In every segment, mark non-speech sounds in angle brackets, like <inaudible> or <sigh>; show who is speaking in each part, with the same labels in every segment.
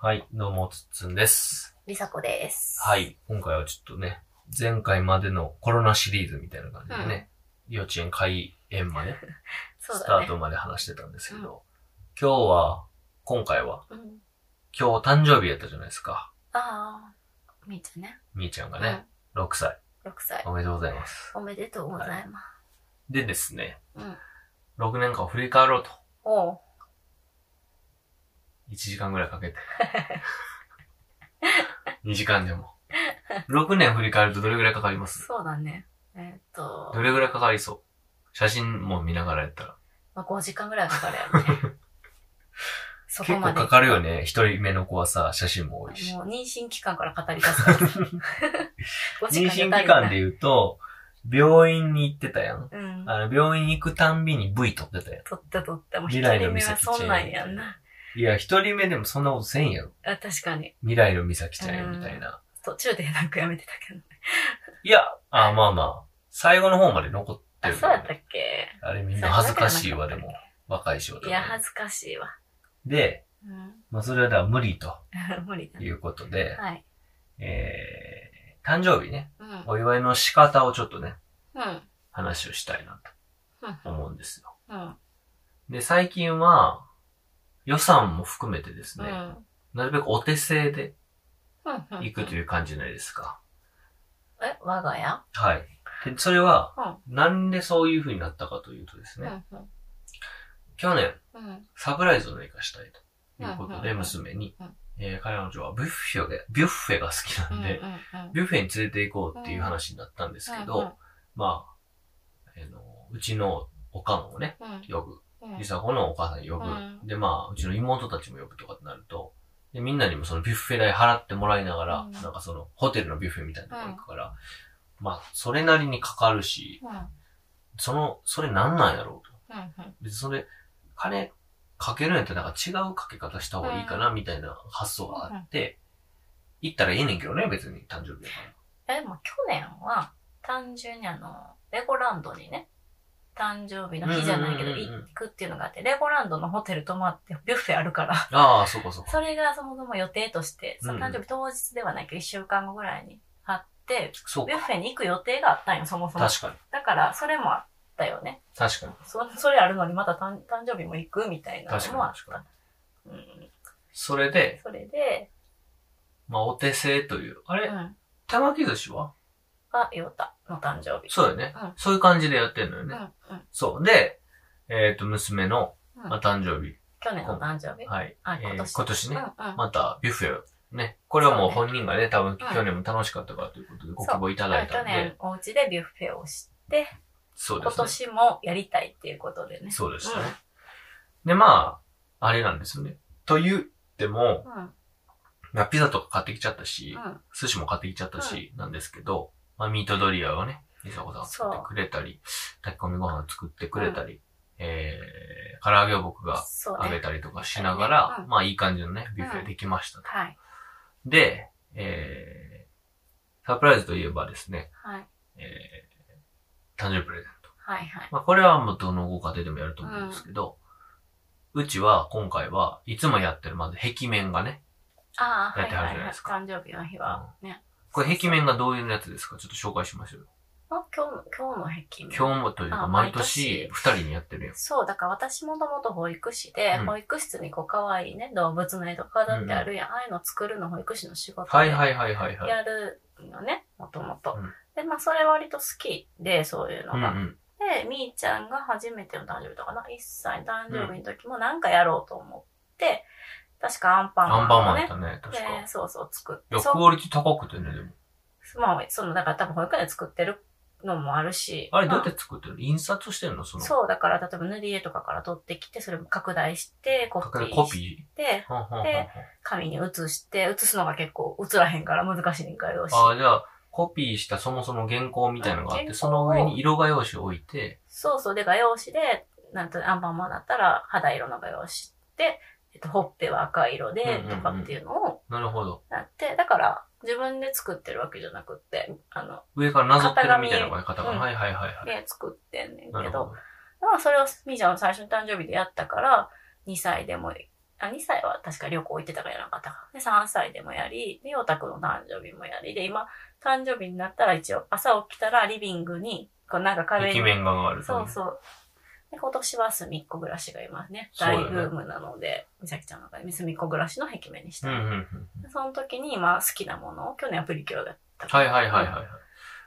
Speaker 1: はい、どうも、つっつんです。
Speaker 2: りさこです。。
Speaker 1: はいい、今回はちょっとね、前回までのコロナシリーズみたいな感じでね、幼稚園開園まで、
Speaker 2: <laughs> そう
Speaker 1: スタ
Speaker 2: だ
Speaker 1: ー
Speaker 2: ね。
Speaker 1: トまで話してたんですけど、今日は、今回は、
Speaker 2: うん、
Speaker 1: 今日誕生日やったじゃないですか。
Speaker 2: ああ、みーちゃんね。
Speaker 1: みーちゃんがね、6歳。
Speaker 2: うん。6歳。
Speaker 1: おめでとうございます。
Speaker 2: おめでとうございま
Speaker 1: でですね、
Speaker 2: す。うん。
Speaker 1: 6年間を振り返ろうと。
Speaker 2: おう。
Speaker 1: 1時間ぐらい
Speaker 2: <laughs>
Speaker 1: かけて。2時間でも。6年振り返るとどれぐらいかかります
Speaker 2: そうだね。えーっと
Speaker 1: ど、れぐらいかかりそう写真も見ながらやったら。
Speaker 2: まあ、5時間ぐらいかかるよ
Speaker 1: <laughs>
Speaker 2: ね。そこ
Speaker 1: 結
Speaker 2: ま
Speaker 1: 構
Speaker 2: で。
Speaker 1: かかるよね。一人目の子はさ、写真も多いし。
Speaker 2: もう妊娠期間から語り出すから。5
Speaker 1: <laughs>
Speaker 2: 時
Speaker 1: 妊娠期
Speaker 2: 間じゃ足りない
Speaker 1: 間で。言うと、病院に行ってたやん。
Speaker 2: うん。
Speaker 1: あの、病院行くたんびに V 撮ってたやん。
Speaker 2: 取った取った。もう一
Speaker 1: 未来
Speaker 2: 人
Speaker 1: の
Speaker 2: 目
Speaker 1: 美
Speaker 2: は
Speaker 1: 咲ち
Speaker 2: そ
Speaker 1: ゃん
Speaker 2: ん
Speaker 1: や
Speaker 2: なんやんな。
Speaker 1: いや、一人目でもそんなことせんやろ。
Speaker 2: あ、確かに。
Speaker 1: 未来の美咲ちゃんや、みたいな。
Speaker 2: 途中でなんかやめてたけど。
Speaker 1: いや、あ、まあまあ。最後の方まで残って
Speaker 2: あ、
Speaker 1: る、
Speaker 2: そうやったっけ
Speaker 1: あれみんな恥ずかしいわ、でも。若い仕事、
Speaker 2: いや、恥ずかしいわ。
Speaker 1: で、
Speaker 2: うん。
Speaker 1: まあそれはだから無理と
Speaker 2: 無理だ
Speaker 1: い
Speaker 2: ね。
Speaker 1: うことで、
Speaker 2: はい。
Speaker 1: えー、誕生日ね、
Speaker 2: うん。
Speaker 1: お祝いの仕方をちょっとね、
Speaker 2: うん。
Speaker 1: 話をしたいなと思うんですよ。
Speaker 2: うん。
Speaker 1: で、最近は、予算も含めてです
Speaker 2: う
Speaker 1: ね、
Speaker 2: ん。
Speaker 1: なるべくお手製で
Speaker 2: うん。
Speaker 1: 行くと
Speaker 2: うん。
Speaker 1: いう感じじゃないですか。
Speaker 2: え、我が家
Speaker 1: はい。で、それは、なんでそういう風になったかというとです
Speaker 2: う
Speaker 1: ね、
Speaker 2: ん。
Speaker 1: 去年、
Speaker 2: うん。
Speaker 1: サプライズを生かしたいということで、
Speaker 2: うん
Speaker 1: 娘に
Speaker 2: うん、
Speaker 1: えー彼女はビュッフェが、ビュッフェが好きなんで、
Speaker 2: うん。
Speaker 1: ビュッフェに連れて行こうっていう話になったんですけど、まあ、あの、うちのおかんをね、
Speaker 2: うん。
Speaker 1: 呼ぶ。
Speaker 2: うん。
Speaker 1: ゆさこのお母さん呼ぶ。
Speaker 2: うん
Speaker 1: で、まあ、うちの妹たちも呼ぶとかってなると、で、みんなにもそのビュッフェ代払ってもらいながら、
Speaker 2: うん
Speaker 1: なんかその、ホテルのビュッフェみたいなとこ行くから、まあ、それなりにかかるし、
Speaker 2: うん。
Speaker 1: その、それなんなんやろうと。
Speaker 2: うん。
Speaker 1: 別にそれ、金かけるんやったらなんか違うかけ方した方がいいかな、みたいな発想があって、行ったらいいねんけどね、別に誕生日だから。
Speaker 2: え、もう去年は、単純にあの、レゴランドにね、誕生日の日じゃないけど、行くっていうのがあって、レゴランドのホテル泊まって、ビュッフェあるから、
Speaker 1: <laughs> ああ、そうかそうか。
Speaker 2: それがそもそも予定として、その誕生日当日ではないけど、1週間後ぐらいにあって、
Speaker 1: そう
Speaker 2: ビュッ
Speaker 1: か。
Speaker 2: フェに行く予定があったんよ、そもそも。
Speaker 1: 確かに。
Speaker 2: だから、それもあったよね。
Speaker 1: 確かに。
Speaker 2: そそれあるのにまた誕誕生日も行くみたいな
Speaker 1: 確
Speaker 2: の
Speaker 1: かに
Speaker 2: もあっ
Speaker 1: 確か
Speaker 2: た。うん、
Speaker 1: それで、
Speaker 2: それで、
Speaker 1: まあ、お手製という。あ
Speaker 2: う
Speaker 1: れ、
Speaker 2: ん、
Speaker 1: 玉木寿司は
Speaker 2: がヨタの誕生日。
Speaker 1: そうだよね。
Speaker 2: うん
Speaker 1: そういう感じでやってんのよ
Speaker 2: うん
Speaker 1: ね。
Speaker 2: うん
Speaker 1: そう。で、えっ、と、娘の、
Speaker 2: うん
Speaker 1: まあ、誕生日。
Speaker 2: 去年の誕生日、
Speaker 1: はい。
Speaker 2: あ
Speaker 1: えー
Speaker 2: 今年
Speaker 1: 今年ね。
Speaker 2: うんうん
Speaker 1: また、ビュッフェを。ね。これはもう
Speaker 2: そう
Speaker 1: 本人がね、多分去年も楽しかったからということでご希望いただいた
Speaker 2: 去
Speaker 1: んで
Speaker 2: 年。お家でビュッフェをして、
Speaker 1: そうで
Speaker 2: 今
Speaker 1: すね。
Speaker 2: 年もやりたいっていうことでね。
Speaker 1: そうでしたね
Speaker 2: うん。
Speaker 1: で、まあ、あれなんですよね。と言っても、
Speaker 2: うんうん
Speaker 1: まあ、ピザとか買ってきちゃったし、
Speaker 2: うん
Speaker 1: 寿司も買ってきちゃったし、なんですけど、まあ、ミートドリアをね、みさこさんが作ってくれたり、炊き込みご飯作ってくれたり、えー、唐揚げを僕が
Speaker 2: そう
Speaker 1: あげ
Speaker 2: ね。
Speaker 1: たりとかしながら、
Speaker 2: うん
Speaker 1: まあいい感じのね、ビュッフェできましたと。
Speaker 2: はい。
Speaker 1: で、えー、サプライズといえばですね、
Speaker 2: はい。
Speaker 1: えー、誕生日プレゼント。
Speaker 2: はいはい。
Speaker 1: まあこれはもうどのご家庭でもやると思うんですけど、うちは今回はいつもやってるまず壁面がね、
Speaker 2: ああ、
Speaker 1: やっ
Speaker 2: はい
Speaker 1: てはる
Speaker 2: は
Speaker 1: じゃない
Speaker 2: いはい。
Speaker 1: ですか
Speaker 2: 誕生日の日はね。
Speaker 1: これ壁面がどういうやつですかちょっと紹介しましょう。
Speaker 2: あ今日の、今日の壁面。
Speaker 1: 今日もというか
Speaker 2: あ
Speaker 1: 毎
Speaker 2: 毎
Speaker 1: 年
Speaker 2: 年
Speaker 1: 二人にやってるやん。
Speaker 2: そう、だから私もともと保育士で、
Speaker 1: うん
Speaker 2: 保育室にこう可愛いね、動物の絵とかだってあるやん。ああいうの作るの保育士の仕事
Speaker 1: は
Speaker 2: で
Speaker 1: いはいはいはいはい。
Speaker 2: やるのね、もともと
Speaker 1: うん。
Speaker 2: で、まあそれ割と好きで、そういうの
Speaker 1: うんう
Speaker 2: が。
Speaker 1: ん。
Speaker 2: で、みーちゃんが初めての誕生日とかな、1歳誕生日の時もなんかやろうと思って、確かアンパン
Speaker 1: ア
Speaker 2: マ
Speaker 1: ン
Speaker 2: ン
Speaker 1: パン
Speaker 2: を
Speaker 1: マンやっ
Speaker 2: ね、
Speaker 1: たね、確か。
Speaker 2: でそうそう作っ
Speaker 1: い
Speaker 2: て、
Speaker 1: や、
Speaker 2: そ
Speaker 1: クオリティ高くてね、でも。
Speaker 2: うまあその、だから多分保育園で作ってるのもあるし、
Speaker 1: あれどうや
Speaker 2: ま
Speaker 1: って作ってるの印刷してんのその。
Speaker 2: そう、だから例えば塗り絵とかから取ってきて、それも拡大して、コ
Speaker 1: かけ
Speaker 2: ピ
Speaker 1: るコ
Speaker 2: ーし
Speaker 1: ピ
Speaker 2: て、
Speaker 1: ーはんはんはんはん
Speaker 2: で紙に写して、写すのが結構写らへんから難しいんかよし。
Speaker 1: ああ、じゃあ、コピーしたそもそも原稿みたいなのがあっ
Speaker 2: う
Speaker 1: て、
Speaker 2: ん
Speaker 1: その上に色画用紙を置いて、
Speaker 2: そうそう、で、画用紙で、なんとアンパンマンだったら肌色の画用紙で、えっと、ほっぺは赤色で
Speaker 1: うんうんう、ん
Speaker 2: とかっていうのを
Speaker 1: なるほど。
Speaker 2: やって、だから自分で作ってるわけじゃなくって、あの、
Speaker 1: 上からなぞってるみたいな感じ
Speaker 2: 型
Speaker 1: 方が、
Speaker 2: 紙うん
Speaker 1: はいはいはいはい。
Speaker 2: で作ってんねん
Speaker 1: な
Speaker 2: け
Speaker 1: る
Speaker 2: ど、
Speaker 1: ほど。
Speaker 2: まあそれをみーちゃんの最初の誕生日でやったから、2歳でもあ、2歳は確か旅行行ってたからやらなかったか。で、3歳でもやり、で、ヨタクの誕生日もやり、で、今、誕生日になったら一応、朝起きたらリビングに、こうなんか壁
Speaker 1: 壁
Speaker 2: に。
Speaker 1: 面がある
Speaker 2: そうそう。で、今年は隅っこ暮らしがいますね。
Speaker 1: そうだ
Speaker 2: 大
Speaker 1: ね
Speaker 2: ブームなので、美咲ちゃんの中で隅っこ暮らしの壁面にし
Speaker 1: う
Speaker 2: た。
Speaker 1: んうんうん。
Speaker 2: でその時に、まあ、好きなものを、去年はプリキュアだった。
Speaker 1: はいはいはいはい。はい。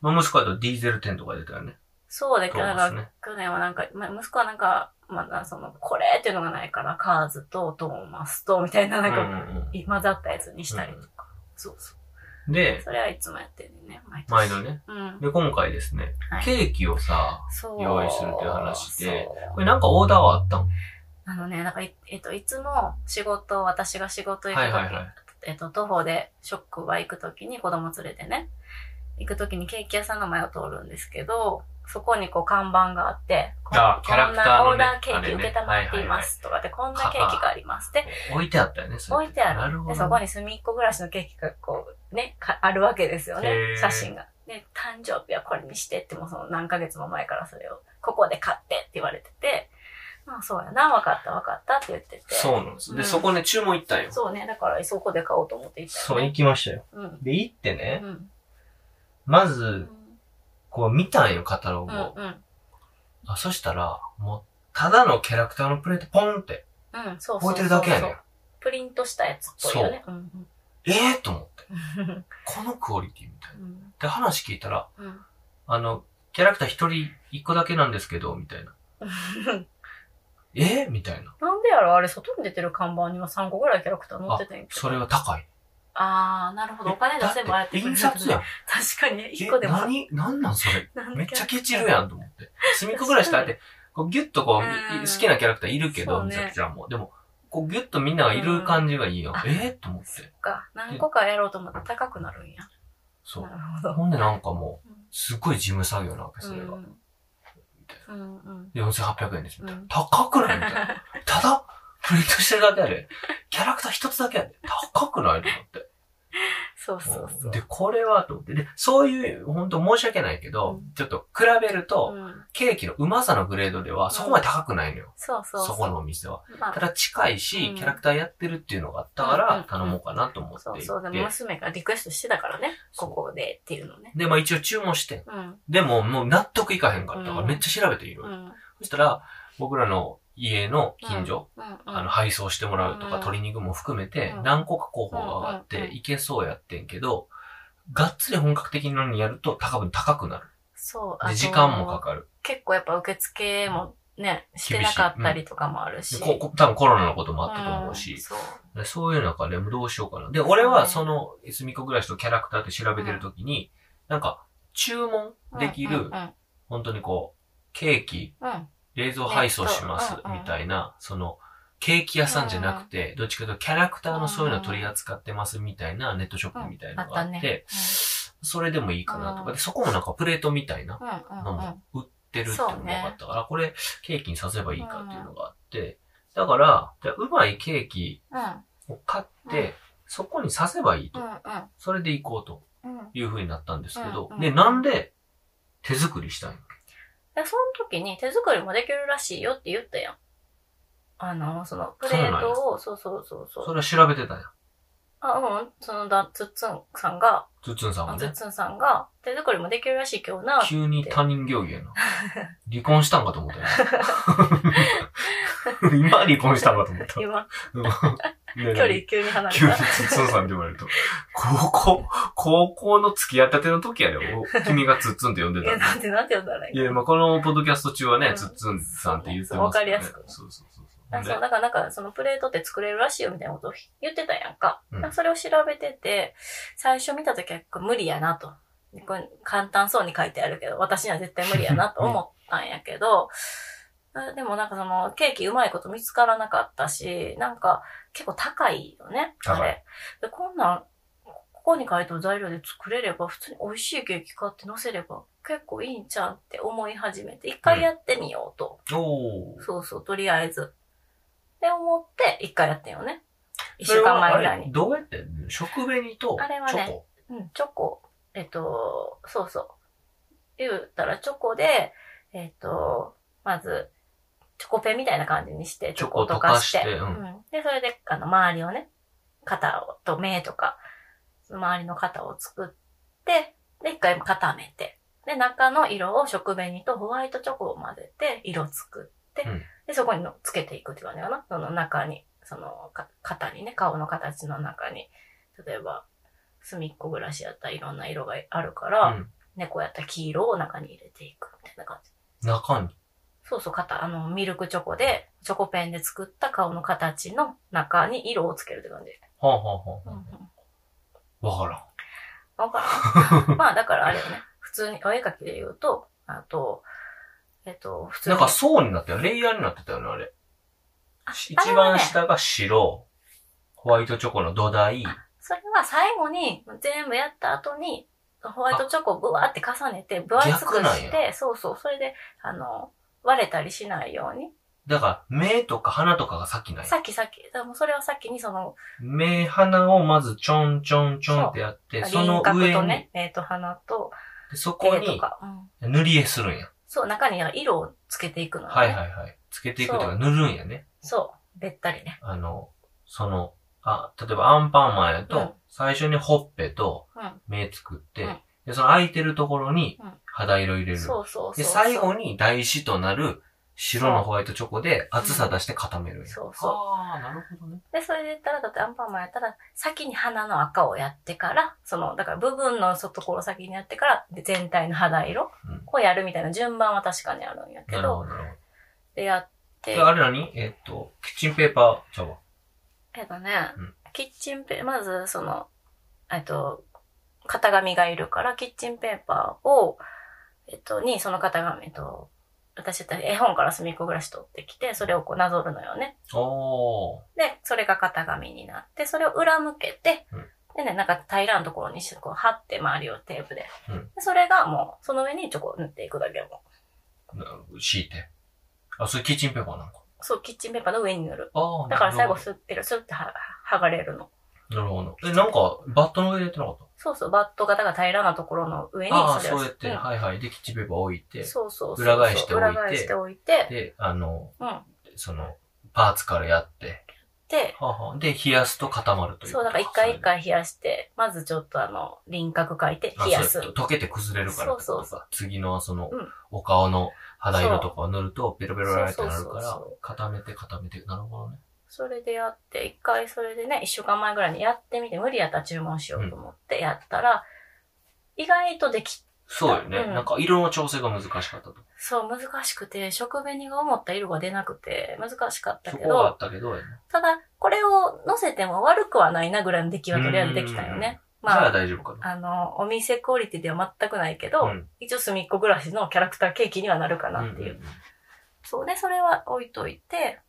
Speaker 1: まあ、もしくはあとディーゼル10とか出たよね。
Speaker 2: そうで、
Speaker 1: ト
Speaker 2: な
Speaker 1: ー
Speaker 2: ん
Speaker 1: マス
Speaker 2: か、
Speaker 1: ね。
Speaker 2: 去年はなんか、まあ、息子はなんか、まだその、これっていうのがないから、カーズとトーマスと、みたいな、なんか、
Speaker 1: うんうん
Speaker 2: 混ざったやつにしたりとか。そうそう。
Speaker 1: うんで、
Speaker 2: それはいつもやってるね、毎年。
Speaker 1: 毎度ね。
Speaker 2: うん。
Speaker 1: で、今回ですね、
Speaker 2: はい
Speaker 1: ケーキをさ、
Speaker 2: そう。
Speaker 1: 用意するっていう話で
Speaker 2: そう
Speaker 1: これなんかオーダーはあったの
Speaker 2: あのね、なんかい、えっと、いつも仕事、私が仕事行くとき、
Speaker 1: はいはいはい
Speaker 2: えっと、徒歩でショックは行くときに子供連れてね、行くときにケーキ屋さんの前を通るんですけど、そこにこう看板があって、こ
Speaker 1: あキャラ
Speaker 2: こ
Speaker 1: ク
Speaker 2: ん
Speaker 1: ター
Speaker 2: なオ
Speaker 1: のね
Speaker 2: ーダーケーキ
Speaker 1: あれね
Speaker 2: 受けたまっていますとかで、こんなケーキがありますって
Speaker 1: 置いてあったよね、それ
Speaker 2: 置いてある。
Speaker 1: なるほど。
Speaker 2: で、そこに隅っこ暮らしのケーキがこう、ね、かあるわけですよね
Speaker 1: へー。
Speaker 2: 写真が。で、誕生日はこれにしてって、もうその何ヶ月も前からそれを、ここで買ってって言われてて、まあそうやな、わかったわかったって言ってて。
Speaker 1: そうなんです。で、
Speaker 2: うん
Speaker 1: そこね、注文行ったんよ。
Speaker 2: そうね、だからそこで買おうと思って行った
Speaker 1: そう、
Speaker 2: よね。
Speaker 1: 行きましたよ。
Speaker 2: う。うん。
Speaker 1: で、行って
Speaker 2: う
Speaker 1: ね、
Speaker 2: ん。
Speaker 1: ま
Speaker 2: う
Speaker 1: ず、
Speaker 2: ん。
Speaker 1: こう見たんよ、カタロ
Speaker 2: う
Speaker 1: グ
Speaker 2: ん
Speaker 1: を。。あそしたら、もう、ただのキャラクターのプレートポンって
Speaker 2: うん。うんそうそうそう。
Speaker 1: 置いてるだけやねん。
Speaker 2: プリントしたやつっぽいよね。うん
Speaker 1: ええー、と思って。
Speaker 2: うん。
Speaker 1: このクオリティみたいな。
Speaker 2: うん
Speaker 1: で、話聞いたら、
Speaker 2: うん。
Speaker 1: あの、キャラクター一人一個だけなんですけど、みたいな。えー、みたいな。
Speaker 2: なんでやろあれ、外に出てる看板には3個ぐらいキャラクター載ってたんやけど。
Speaker 1: それは高い。
Speaker 2: あー、なるほど。お金出せばやって
Speaker 1: だって印刷やん。
Speaker 2: 確かにね、一
Speaker 1: え
Speaker 2: 個でも。
Speaker 1: 何、何なんそれ。
Speaker 2: なんか
Speaker 1: め
Speaker 2: <laughs>
Speaker 1: っちゃケチるやんと思って。隅っこぐらいしたって、こうギュッとこう、
Speaker 2: うん
Speaker 1: い好きなキャラクターいるけど、
Speaker 2: そう
Speaker 1: み
Speaker 2: ね
Speaker 1: さきちゃんも。でも、こうギュッとみんながいる感じがいいよ
Speaker 2: うん。
Speaker 1: えー、と思って。
Speaker 2: か。何個かやろうと思ったら高くなるんや。
Speaker 1: そ
Speaker 2: な
Speaker 1: う。
Speaker 2: るほど。
Speaker 1: ほんでなんかも
Speaker 2: うん
Speaker 1: う、すっごい事務作業なわけ、それが。
Speaker 2: うんうんうん。
Speaker 1: で4800円です、みたいな
Speaker 2: うん。
Speaker 1: 高くないみたいな。
Speaker 2: <laughs>
Speaker 1: ただ、プリントしてるだけやで。キャラクター一つだけやで。高くないと思って。
Speaker 2: そうそうそう。
Speaker 1: で、これは、と思って。で、そういう、本当申し訳ないけど、
Speaker 2: うん
Speaker 1: ちょっと比べると、
Speaker 2: うん
Speaker 1: ケーキのうまさのグレードでは、そこまで高くないのよ。
Speaker 2: そうそう
Speaker 1: そ
Speaker 2: そう。
Speaker 1: このお店は。
Speaker 2: ま
Speaker 1: た
Speaker 2: あ、
Speaker 1: だ近いし、
Speaker 2: うん
Speaker 1: キャラクターやってるっていうのがあったか
Speaker 2: うんう
Speaker 1: ら
Speaker 2: ん、
Speaker 1: 頼もうかなと思ってい
Speaker 2: そう
Speaker 1: て。
Speaker 2: そう。でも娘がリクエストしてたからね。ここでっていうのね。
Speaker 1: で、まあ一応注文してん。
Speaker 2: うん。
Speaker 1: でも、もう納得いかへんかったか
Speaker 2: う
Speaker 1: ら、
Speaker 2: ん
Speaker 1: めっちゃ調べている
Speaker 2: う。ん。
Speaker 1: そしたら、僕らの家の近所、
Speaker 2: うん。
Speaker 1: あの、配送してもらうとか、
Speaker 2: うん
Speaker 1: 鶏肉も含めて
Speaker 2: う、ん
Speaker 1: 何個か候補があっ
Speaker 2: うんうん
Speaker 1: て
Speaker 2: う、ん
Speaker 1: いけそうやってんけど、がっつり本格的なのにやると高分高くなる。
Speaker 2: そう。あ
Speaker 1: で、
Speaker 2: と
Speaker 1: 時間もかかる。
Speaker 2: 結構やっぱ受付もね、してなかったりとかもあるし。
Speaker 1: でここ多分コロナのこともあったと思う
Speaker 2: うん
Speaker 1: し、
Speaker 2: そう。
Speaker 1: でそういう中でもどうしようかな。で、俺はその、すみこ暮らしとキャラクターって調べてるときに、なんか、注文でき
Speaker 2: うんう
Speaker 1: る
Speaker 2: ん、う
Speaker 1: 本当にこう、ケーキ、
Speaker 2: ん。うん
Speaker 1: 冷蔵配送します
Speaker 2: 冷、凍うんうん
Speaker 1: みたいな、その、ケーキ屋さんじゃなくて、どっちかというとキャラクターのそういうの取り扱ってますみたいなネットショップみたいなのがあ
Speaker 2: うんあ
Speaker 1: っ
Speaker 2: ったね
Speaker 1: て、それでもいいかなと
Speaker 2: う
Speaker 1: か、
Speaker 2: ん
Speaker 1: で、そこもなんかプレートみたいな
Speaker 2: うんう
Speaker 1: の
Speaker 2: んうん。
Speaker 1: も売ってるっていうのが分かったから、これケーキにさせばいいかっていうのがあって、だから、じゃあうまいケーキ
Speaker 2: う
Speaker 1: を買っ
Speaker 2: う
Speaker 1: て、そこにさせばいいと
Speaker 2: ん。う。ん
Speaker 1: それで行こうと
Speaker 2: うん。うん。
Speaker 1: いう風になったんですけど
Speaker 2: うんう、ん
Speaker 1: で、なんで手作りしたんや
Speaker 2: で、その時に手作りもできるらしいよって言ったやん。あの、その、プレートを、そうそうそうそ
Speaker 1: それ
Speaker 2: う。
Speaker 1: は調べてたんや。
Speaker 2: あ、うん、そのだ、つっつんさんが、
Speaker 1: つっつんさん
Speaker 2: あ
Speaker 1: も
Speaker 2: つ
Speaker 1: ね
Speaker 2: っ。つんさんが、手作りもできるらしいけどな、
Speaker 1: 急に他人行儀やな。離婚したんかと思った
Speaker 2: <laughs>
Speaker 1: よ。今離婚したんかと思った。
Speaker 2: 今、
Speaker 1: 距
Speaker 2: 距離急に離れ
Speaker 1: 急に
Speaker 2: た。
Speaker 1: つつんさんって言われると。高校、高校の付き合ったての時やで、お君がつっつんって呼んで
Speaker 2: い
Speaker 1: た
Speaker 2: や、
Speaker 1: の。
Speaker 2: なんて、なんて呼んだらいい
Speaker 1: いや、
Speaker 2: の
Speaker 1: まあ、このポッドキャスト中はね
Speaker 2: う、ん
Speaker 1: つっつんさんって言ってます
Speaker 2: そうわかりやすく
Speaker 1: そうそうそうそう。
Speaker 2: あそう、
Speaker 1: ね
Speaker 2: だからなんか、そのプレートって作れるらしいよみたいなことを言ってたやんか。
Speaker 1: うん
Speaker 2: だからそれを調べてて、最初見たときはこれ無理やなと。これ簡単そうに書いてあるけど、私には絶対無理やなと思ったんやけど、あでもなんかそのケーキうまいこと見つからなかったし、なんか結構高いよね。
Speaker 1: 高い
Speaker 2: あれ。で、こんなん、ここに書いてる材料で作れれば、普通に美味しいケーキ買って乗せれば、結構いいんちゃうって思い始めて、一回やってみようと。
Speaker 1: おー
Speaker 2: そうそう、とりあえず。って思って、一回やってんよね。一週間前ぐらい
Speaker 1: あれ
Speaker 2: に。
Speaker 1: どうやってやるの食紅と
Speaker 2: あれは
Speaker 1: チ
Speaker 2: ね
Speaker 1: ョコ。
Speaker 2: うん、チョコ、えっと、そうそう。言うたらチョコで、えっと、まず、チョコペンみたいな感じにして、
Speaker 1: チ
Speaker 2: チ
Speaker 1: ョ
Speaker 2: ョ
Speaker 1: コ
Speaker 2: コ
Speaker 1: を
Speaker 2: を
Speaker 1: 溶
Speaker 2: 溶
Speaker 1: か
Speaker 2: か
Speaker 1: し
Speaker 2: してて、うんで、それで、あの、周りをね、肩をと目とか、その周りの肩を作って、で、一回固めて、で、中の色を食紅とホワイトチョコを混ぜて、色作って、
Speaker 1: うん
Speaker 2: で、そこにのつけていくって感じかな。その中に、その、か肩にね、顔の形の中に、例えば、隅っこ暮らしやったらいろんな色があるから、
Speaker 1: うん
Speaker 2: 猫やったら黄色を中に入れていくみたいな感じ。
Speaker 1: 中に。
Speaker 2: そうそう、型、あの、ミルクチョコで、チョコペンで作った顔の形の中に色をつけるって感じ。
Speaker 1: はあ、はあは
Speaker 2: う
Speaker 1: あ
Speaker 2: んう
Speaker 1: はあ、わか
Speaker 2: ん。
Speaker 1: らん。
Speaker 2: わから
Speaker 1: <laughs>
Speaker 2: ん。まあ、だからあれよね。普通に、お絵描きで言うと、あと、えっと、普通に。
Speaker 1: なんか層になってたよ。レイヤーになってたよね、あれ。
Speaker 2: あ
Speaker 1: し
Speaker 2: あれ
Speaker 1: 一
Speaker 2: はね
Speaker 1: 番下が白、ホワイトチョコの土台、
Speaker 2: それは最後に、全部やった後に、ホワイトチョコをブワーって重ねて、分厚く
Speaker 1: 逆なん
Speaker 2: し
Speaker 1: や
Speaker 2: て、そうそう、それで、あの、割れたりしないように。
Speaker 1: だから目とか鼻とかが先ない。
Speaker 2: さっきさっき、でもそれはさっきにその、
Speaker 1: 目、鼻をまずちょんちょんちょんってやって、そ
Speaker 2: 輪
Speaker 1: の上
Speaker 2: 郭と
Speaker 1: に、
Speaker 2: ね、目と鼻と
Speaker 1: でそこ
Speaker 2: 手と
Speaker 1: に
Speaker 2: か。うん
Speaker 1: 塗り絵するんや。
Speaker 2: そう、中に色をつけていくのね。
Speaker 1: はいはいはい。つけていくというか塗るんやね。
Speaker 2: そう、べったりね。
Speaker 1: あの、その、あ、例えばアンパンマンやと、
Speaker 2: うん
Speaker 1: 最初にほっぺと
Speaker 2: うん
Speaker 1: 目作って、
Speaker 2: うん
Speaker 1: で、その空いてるところに
Speaker 2: うん
Speaker 1: 肌色入れる。
Speaker 2: そうそうそう。
Speaker 1: で、最後に台紙となる白のホワイトチョコで厚さ出して固めるんや。
Speaker 2: そうそう
Speaker 1: ああ、なるほどね。
Speaker 2: で、それで言ったら、だってアンパンマンやったら、先に鼻の赤をやってから、その、だから部分の外ころを先にやってから、で全体の肌色
Speaker 1: うん
Speaker 2: こうやるみたいな順番は確かにあるんやけ
Speaker 1: なるほ
Speaker 2: ど、
Speaker 1: ど、なるほ
Speaker 2: で、やって、
Speaker 1: ど。で、あれ何えっと、キッチンペーパー、ちゃうわ。
Speaker 2: えっとね、
Speaker 1: うん
Speaker 2: キッチンペー、まずその、えっと、型紙がいるから、キッチンペーパーを、えっと、に、その型紙と、私だったら絵本から隅っこ暮らし取ってきて、それをこうなぞるのよね。
Speaker 1: おー。
Speaker 2: で、それが型紙になって、それを裏向けて、
Speaker 1: うん
Speaker 2: でね、なんか平らなところにしてこう貼って周りをテープで。
Speaker 1: うん
Speaker 2: でそれがもう、その上にチョコを塗っていくだけも。
Speaker 1: な敷いて。あ、それキッチンペーパーなんか。
Speaker 2: そう、キッチンペーパーの上に塗る。
Speaker 1: ああ、
Speaker 2: だから最後
Speaker 1: なる
Speaker 2: 吸ってる、吸っては剥がれるの。
Speaker 1: ほど。なるほど。え、なんか、バットの上でやってなかった
Speaker 2: そうそう、バット型が平らなところの上に
Speaker 1: ああ、
Speaker 2: れを
Speaker 1: そうやって、
Speaker 2: ん
Speaker 1: はいはい。で、キッチンペーパー置いて、
Speaker 2: そうそうそう。
Speaker 1: 裏返しておいて
Speaker 2: 裏返しておいて、
Speaker 1: で、あの、
Speaker 2: うん。
Speaker 1: その、パーツからやって、
Speaker 2: で、
Speaker 1: はあはあで、冷やすと固まるという
Speaker 2: そう、だから一回一回冷やして、まずちょっとあの、輪郭描いて
Speaker 1: あ
Speaker 2: 冷やす。
Speaker 1: そう溶けて崩れるからってことか
Speaker 2: そうそう
Speaker 1: 次のその、
Speaker 2: うん
Speaker 1: お顔の肌色とかを塗ると、ベロベロってな
Speaker 2: そ
Speaker 1: る
Speaker 2: うそ
Speaker 1: か
Speaker 2: う
Speaker 1: ら
Speaker 2: そう、
Speaker 1: 固めて固めて、なるほどね。
Speaker 2: それでやって、一回それでね、一週間前ぐらいにやってみて、無理やったら注文しようと思ってやったら、意外とでき、
Speaker 1: そうよね、
Speaker 2: うん
Speaker 1: なんか色の調整が難しかったと。
Speaker 2: そう、難しくて、食紅が思った色が出なくて、難しかった
Speaker 1: そ
Speaker 2: け
Speaker 1: こはあ
Speaker 2: ど
Speaker 1: っ、たけどやね、
Speaker 2: ただ、これを乗せても悪くはないなぐらいの出来はとりあえずできたよね。
Speaker 1: じゃ
Speaker 2: ま
Speaker 1: あ
Speaker 2: あ、
Speaker 1: 大丈夫かな。
Speaker 2: あの、お店クオリティでは全くないけど、
Speaker 1: ん。
Speaker 2: 一応隅っこ暮らしのキャラクターケーキにはなるかなっていう。
Speaker 1: んんん
Speaker 2: そうで、それは置いといて、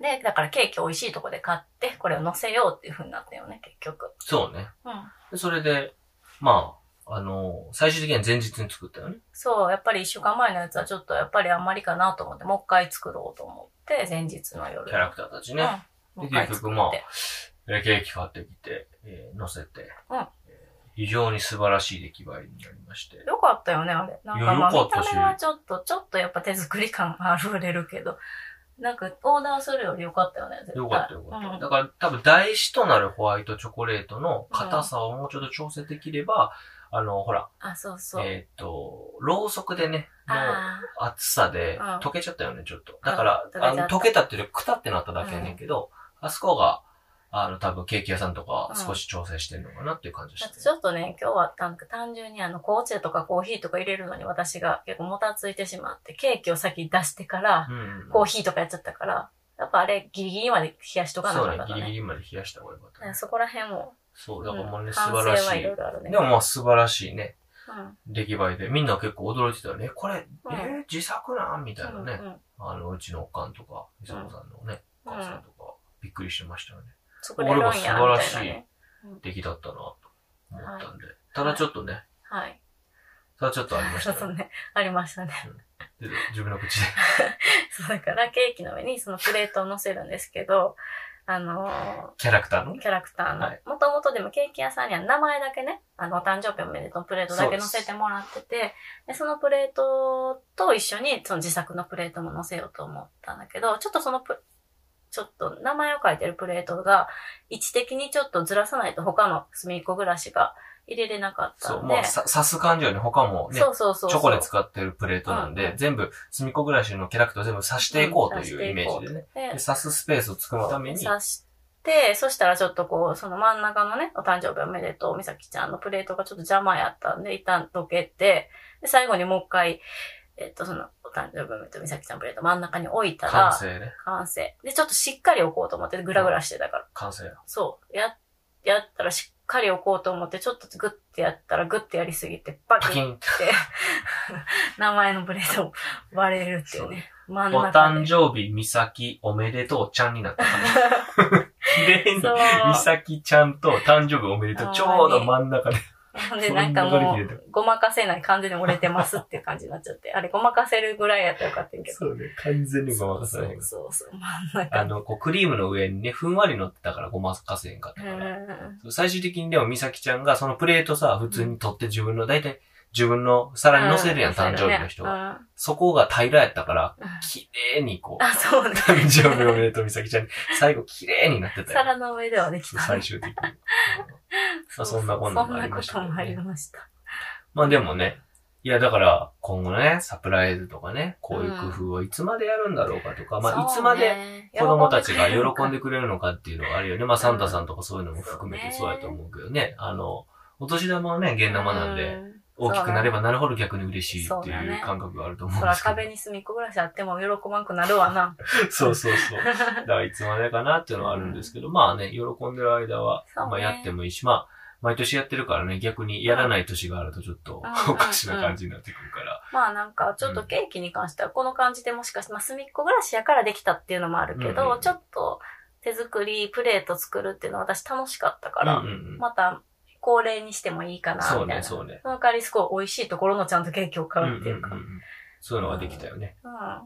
Speaker 2: で、だからケーキ美味しいとこで買って、これを乗せようっていう風になったよね、結局。
Speaker 1: そうね。
Speaker 2: うん。
Speaker 1: でそれで、まあ、あの、最終的には前日に作ったよね。
Speaker 2: そう、やっぱり一週間前のやつはちょっとやっぱりあんまりかなと思って、もう一回作ろうと思って、前日の夜。
Speaker 1: キャラクターたちね。で
Speaker 2: うん。もう一回
Speaker 1: 結
Speaker 2: 作
Speaker 1: 局
Speaker 2: っ
Speaker 1: まあ
Speaker 2: て。
Speaker 1: でケーキ買ってきて、えー乗せて、
Speaker 2: うん
Speaker 1: えー非常に素晴らしい出来栄えになりまして。
Speaker 2: よかったよね、あれ。なんかまあ
Speaker 1: いやよ
Speaker 2: 見
Speaker 1: かった
Speaker 2: た
Speaker 1: し
Speaker 2: 目はちょっと、ちょっとやっぱ手作り感あふれるけど、なんかオーダーするよりよかったよね、絶対。
Speaker 1: よかったよかった。
Speaker 2: うん
Speaker 1: だから多分台紙となるホワイトチョコレートの硬さをもうちょっと調整できれば、あの、ほら、
Speaker 2: あ、そうそう。
Speaker 1: えっ、と、ろうそくでね、もう
Speaker 2: あ
Speaker 1: 厚さで
Speaker 2: うん
Speaker 1: 溶けちゃったよね、ちょっと。だから、
Speaker 2: うん
Speaker 1: あの
Speaker 2: 溶けち
Speaker 1: 溶けた
Speaker 2: ゃった
Speaker 1: っていうよりくたってなっただけやねんけど、あそこが、あの、多分ケーキ屋さんとか少し調整してるのかなっていう感じでし
Speaker 2: あ。あ
Speaker 1: た、
Speaker 2: とちょっとね、今日はなんか単純にあの、紅茶とかコーヒーとか入れるのに私が結構もたついてしまって、ケーキを先に出してから、
Speaker 1: うん。
Speaker 2: コーヒーとかやっちゃったから、やっぱあれギリギリまで冷やしとかな
Speaker 1: そう
Speaker 2: か
Speaker 1: ね
Speaker 2: っ、た
Speaker 1: ギ
Speaker 2: ね
Speaker 1: リ。ギリまで冷やした方がよかったね、
Speaker 2: ねそこら辺も、
Speaker 1: そう、だから
Speaker 2: うん
Speaker 1: もうね、素
Speaker 2: 反省
Speaker 1: 晴らし
Speaker 2: はい
Speaker 1: い。
Speaker 2: ろいろあるね
Speaker 1: でもまあ素晴らしいね、
Speaker 2: うん
Speaker 1: 出来栄えで。みんな結構驚いてたよね。これ、
Speaker 2: うん
Speaker 1: えー自作なんみたいなね。
Speaker 2: うんうん
Speaker 1: あの、うちのおかんとか、みさこさんのね、お母さんとか、びっくりしてましたよね。
Speaker 2: 作れるんや、みたい
Speaker 1: 俺
Speaker 2: な
Speaker 1: も素晴らしい
Speaker 2: ね。
Speaker 1: 出来だったな、と思ったんで。ただちょっとね、
Speaker 2: はい。
Speaker 1: ただちょっとありまし
Speaker 2: そ
Speaker 1: た
Speaker 2: うそう
Speaker 1: よね。
Speaker 2: ね。ありましたね。 <laughs>
Speaker 1: で自分の口で。 <laughs>
Speaker 2: そうだからケーキの上にそのプレートを乗せるんですけど、あの
Speaker 1: キャラクターの
Speaker 2: ーキャラクター
Speaker 1: は
Speaker 2: の、もともとでもケーキ屋さんには名前だけね、あの、お誕生日おめでとうプレートだけ載せてもらってて、で、そのプレートと一緒に、その自作のプレートも載せようと思ったんだけど、ちょっとそのプ、ちょっと名前を書いてるプレートが、位置的にちょっとずらさないと他の隅っこ暮らしが入れれなかった
Speaker 1: そ
Speaker 2: ん
Speaker 1: う、
Speaker 2: で。
Speaker 1: もうさ刺す感じよね、他もね、
Speaker 2: そうそうそうそう。
Speaker 1: チョコで使ってるプレートなん
Speaker 2: うん
Speaker 1: で、
Speaker 2: うん
Speaker 1: 全部、すみこ暮らしのキャラクターを全部刺していこうと
Speaker 2: うん
Speaker 1: い
Speaker 2: 刺して
Speaker 1: う
Speaker 2: い
Speaker 1: イメー
Speaker 2: こう
Speaker 1: ジでね。
Speaker 2: で
Speaker 1: で刺すスペースを作るために、
Speaker 2: 刺して、そしたらちょっとこう、その真ん中のね、お誕生日おめでとう、みさきちゃんのプレートがちょっと邪魔やったんで、一旦どけて、で、最後にもう一回、えっと、その、お誕生日おめでとう、みさきちゃんのプレート真ん中に置いたら、
Speaker 1: 完成ね。
Speaker 2: 完成で、ちょっとしっかり置こうと思って、グラグラしてたから。
Speaker 1: 完成。
Speaker 2: そう。や、やったらしっかり置こうと思って、ちょっとグッてやったら、グッてやりすぎて、バ
Speaker 1: パ
Speaker 2: キ
Speaker 1: キ
Speaker 2: ンっ
Speaker 1: ン。
Speaker 2: て、名前のプレートも割れるっていうね。真ん
Speaker 1: お
Speaker 2: 中で。
Speaker 1: 誕生日、みさき、おめでとう、ちゃんになったから。
Speaker 2: <laughs>
Speaker 1: 綺麗に、
Speaker 2: そう
Speaker 1: みさきちゃんと誕生日おめでとう、ちょうど真ん中で。
Speaker 2: で、なん
Speaker 1: そ
Speaker 2: か
Speaker 1: んな
Speaker 2: も
Speaker 1: 流れ切れ
Speaker 2: う、ごまかせない感じで漏れてますっていう感じになっちゃって。あれ、ごまかせるぐらいやったらよかったんやけど。
Speaker 1: そうね、完全にごまかせ
Speaker 2: そ
Speaker 1: ないけ
Speaker 2: う
Speaker 1: ど。
Speaker 2: そうそう、真ん
Speaker 1: あ
Speaker 2: 中。
Speaker 1: の、こう、クリームの上にね、ふんわり乗ってたからごまかせへんかった
Speaker 2: う
Speaker 1: から。
Speaker 2: ん。
Speaker 1: 最終的にでも、美咲ちゃんがそのプレートさ、普通に取って自分の、だいたい自分の皿に乗せるやん、誕生日の人
Speaker 2: が
Speaker 1: が。。そこが平らやったから、
Speaker 2: うん
Speaker 1: 綺麗にこう、
Speaker 2: <laughs> あ、そうね。
Speaker 1: 誕生日おめでとう美咲ちゃんに、最後綺麗になってたよ。
Speaker 2: 皿の上ではできた。
Speaker 1: 最終的に。まあそんなこんな
Speaker 2: そん
Speaker 1: もあ
Speaker 2: な
Speaker 1: り
Speaker 2: こ
Speaker 1: ました
Speaker 2: と
Speaker 1: けどね
Speaker 2: もありました。
Speaker 1: まあでもね、いやだから、今後ね、サプライズとかね、こういう工夫をいつまでやるんだろうかとか、まあいつまで子供たちが喜んで
Speaker 2: く
Speaker 1: くれるのかっていうのがあるよね。まあ、サンタさんとかそういうのも含めてそうやと思うけどね。あの、お年玉はね、現生なんで、。大きくなればなるほど逆に嬉しいって
Speaker 2: そうだ
Speaker 1: いう
Speaker 2: ね
Speaker 1: 感覚があると思うん
Speaker 2: そ
Speaker 1: で
Speaker 2: ら
Speaker 1: すけど。
Speaker 2: 壁に隅っこぐらしあっても喜ばんくなるわな。
Speaker 1: そうそうそう。だからいつまでかなっていうのはあるんですけど、まあね、喜んでる間は、
Speaker 2: そうね
Speaker 1: まあやってもいいし、まあ、毎年やってるからね、逆にやらない年があるとちょっと
Speaker 2: うん
Speaker 1: おかしな感じになってくるから。
Speaker 2: まあなんか、ちょっとケーキに関しては、この感じでもしかして、まあ隅っこ暮らしやからできたっていうのもあるけ
Speaker 1: うんうん
Speaker 2: ど、
Speaker 1: うん
Speaker 2: ちょっと手作りプレート作るっていうのは私楽しかったから、
Speaker 1: うんうん
Speaker 2: また恒例にしてもいい
Speaker 1: う
Speaker 2: か
Speaker 1: ん。
Speaker 2: な、みた
Speaker 1: そ
Speaker 2: いうな。
Speaker 1: ね、そうね。
Speaker 2: その代わりすごい美味しいところのちゃんとケーキを
Speaker 1: う
Speaker 2: 買
Speaker 1: んう
Speaker 2: うんっ
Speaker 1: う
Speaker 2: ていうか。うん
Speaker 1: ん。そういうのができたよね。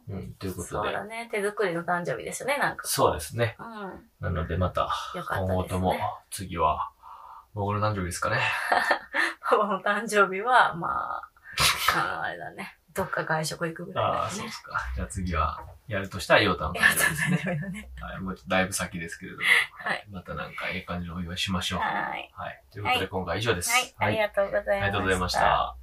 Speaker 1: うん。ということ
Speaker 2: そ
Speaker 1: で
Speaker 2: う。だね。手作りの誕生日でしたね、なんか。
Speaker 1: そうですね。
Speaker 2: うん。
Speaker 1: なのでまた、
Speaker 2: よかったですね
Speaker 1: 今後とも、次は、僕の誕生日ですかね。
Speaker 2: パパの誕生日は、まあ、あの、あれだね。どっか外食行くぐらい
Speaker 1: ああ、
Speaker 2: だ
Speaker 1: <laughs> そう
Speaker 2: ね
Speaker 1: ですか。じゃあ次は、やるとしたら、ヨータの。誕
Speaker 2: やっ
Speaker 1: 生
Speaker 2: た
Speaker 1: 日ですね。
Speaker 2: 誕生日だね。
Speaker 1: はい、もうちょっとだいぶ先ですけれども、
Speaker 2: はい
Speaker 1: またなんか、ええ感じのお祝いしましょう。
Speaker 2: はい。
Speaker 1: はい。ということで、今回は以上です。
Speaker 2: はい、ありがとうございました。
Speaker 1: ありがとうございました。